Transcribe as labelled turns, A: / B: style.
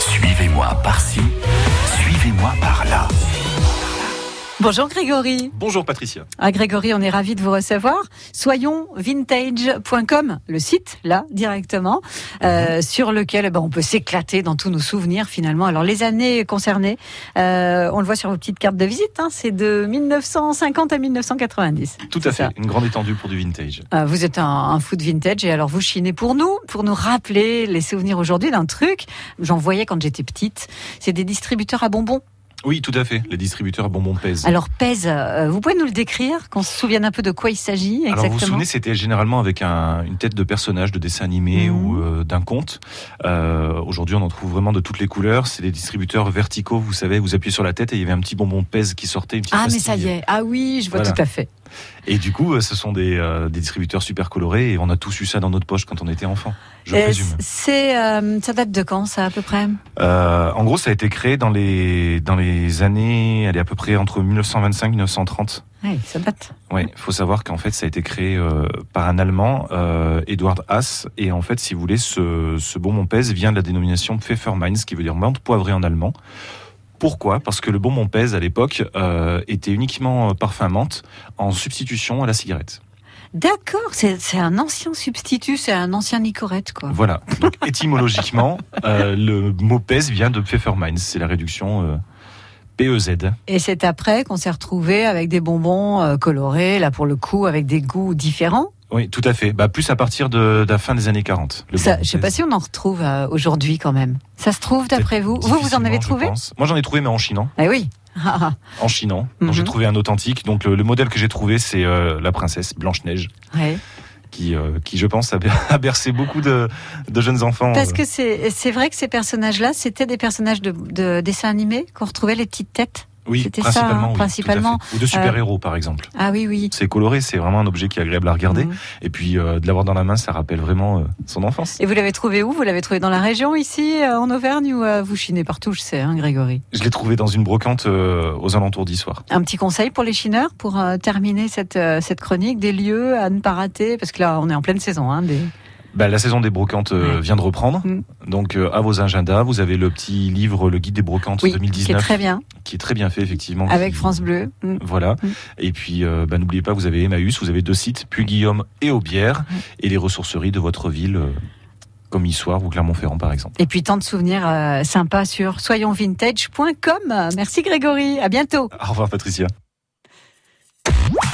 A: Suivez-moi par-ci, suivez-moi par-là.
B: Bonjour Grégory.
C: Bonjour Patricia.
B: Ah Grégory, on est ravi de vous recevoir. Soyons vintage.com, le site là directement, euh,
C: Mhm.
B: sur lequel eh ben, on peut s'éclater dans tous nos souvenirs finalement. Alors les années concernées, euh, on le voit sur vos petites cartes de visite, hein, c'est de 1950 à 1990.
C: Tout à
B: C'est
C: fait,
B: ça.
C: une grande étendue pour du vintage.
B: Euh, vous êtes un, un fou de vintage et alors vous chinez pour nous, pour nous rappeler les souvenirs aujourd'hui d'un truc. J'en voyais quand j'étais petite. C'est des distributeurs à bonbons.
C: Oui, tout à fait, les distributeurs à bonbons pèsent.
B: Alors pèse, euh, vous pouvez nous le décrire, qu'on se souvienne un peu de quoi il s'agit Ah, exactement
C: Alors vous vous souvenez, c'était généralement avec un- une tête de personnage de dessin animé
B: Mhm.
C: ou euh, d'un conte. Euh, Aujourd'hui, on en trouve vraiment de toutes les couleurs. C'est des distributeurs verticaux, vous savez, vous appuyez sur la tête et il y avait un petit bonbon pèse qui sortait. Une petite
B: Ah mais ça
C: pastille.
B: y est, ah oui, je vois
C: Voilà.
B: tout à fait.
C: Et du coup, euh, ce sont des, euh, des distributeurs super colorés et on a tous eu ça dans notre poche quand on était enfant, je
B: Et
C: présume.
B: C'est euh, ça date de quand ça à peu près
C: Euh, en gros, ça a été créé dans les, dans les années, elle est à peu près entre 1925 et 1930.
B: Oui, ça date.
C: Oui, faut savoir qu'en fait, ça a été créé euh, par un Allemand, euh, Edward Haas. Et en fait, si vous voulez, ce, ce bonbon pèse vient de la dénomination Pfefferminz, qui veut dire menthe poivrée en allemand. Pourquoi Parce que le bonbon pèse, à l'époque, euh, était uniquement euh, parfum menthe en substitution à la cigarette.
B: D'accord, c'est c'est un ancien substitut, c'est un ancien Nicorette quoi.
C: Voilà. Donc, étymologiquement, euh, le mot pèse vient de Pfefferminz. C'est la réduction euh, PEZ.
B: Et c'est après qu'on s'est retrouvé avec des bonbons euh, colorés, là pour le coup avec des goûts différents.
C: Oui, tout à fait. Bah, plus à partir de, de la fin des années 40. le
B: Ça,
C: bonbon
B: je sais
C: pèse.
B: pas si on en retrouve euh, aujourd'hui quand même. Ça se trouve d'après vous Vous vous en
C: Difficilement,
B: avez
C: je
B: trouvé
C: pense. Moi, j'en ai trouvé, mais en hein. chinant.
B: Eh oui.
C: en Chinan. dont
B: Mhm.
C: J'ai trouvé un authentique. Donc le, le modèle que j'ai trouvé, c'est euh, la princesse Blanche Neige,
B: Ouais.
C: qui, euh, qui je pense a, ber- a bercé beaucoup de, de jeunes enfants.
B: Parce
C: euh.
B: que c'est c'est vrai que ces personnages-là, c'était des personnages de, de dessins animés qu'on retrouvait les petites têtes.
C: euh, oui,
B: c'était ça, hein,
C: principalement, oui,
B: principalement. euh,
C: tout à fait. ou de super héros par exemple.
B: Ah oui, oui.
C: C'est coloré, c'est vraiment un objet qui est agréable à regarder.
B: Mhm.
C: Et puis euh, de l'avoir dans la main, ça rappelle vraiment euh, son enfance.
B: Et vous l'avez trouvé où Vous l'avez trouvé dans la région ici, euh, en Auvergne, ou euh, vous chinez partout, je sais, hein, Grégory.
C: Je l'ai trouvé dans une brocante euh, aux alentours d'Histoire.
B: Un petit conseil pour les chineurs pour euh, terminer cette, euh, cette chronique des lieux à ne pas rater, parce que là, on est en pleine saison. Hein, des...
C: Bah, la saison des brocantes euh,
B: Ouais.
C: vient de reprendre.
B: Mhm.
C: Donc euh, à vos agendas, vous avez le petit livre, le guide des brocantes
B: Oui, qui est
C: 2019,
B: très bien,
C: qui est très bien fait effectivement.
B: avec
C: qui-
B: France Bleu. Mm.
C: Voilà.
B: Mm.
C: Et puis, euh, bah, n'oubliez pas, vous avez Emmaüs, vous avez deux sites, Puy Guillaume et Aubière, et les ressourceries de votre ville, euh, comme Issoire ou Clermont-Ferrand, par exemple.
B: Et puis tant de souvenirs euh, sympas sur soyonsvintage.com. Merci Grégory, à bientôt.
C: Au revoir, Patricia.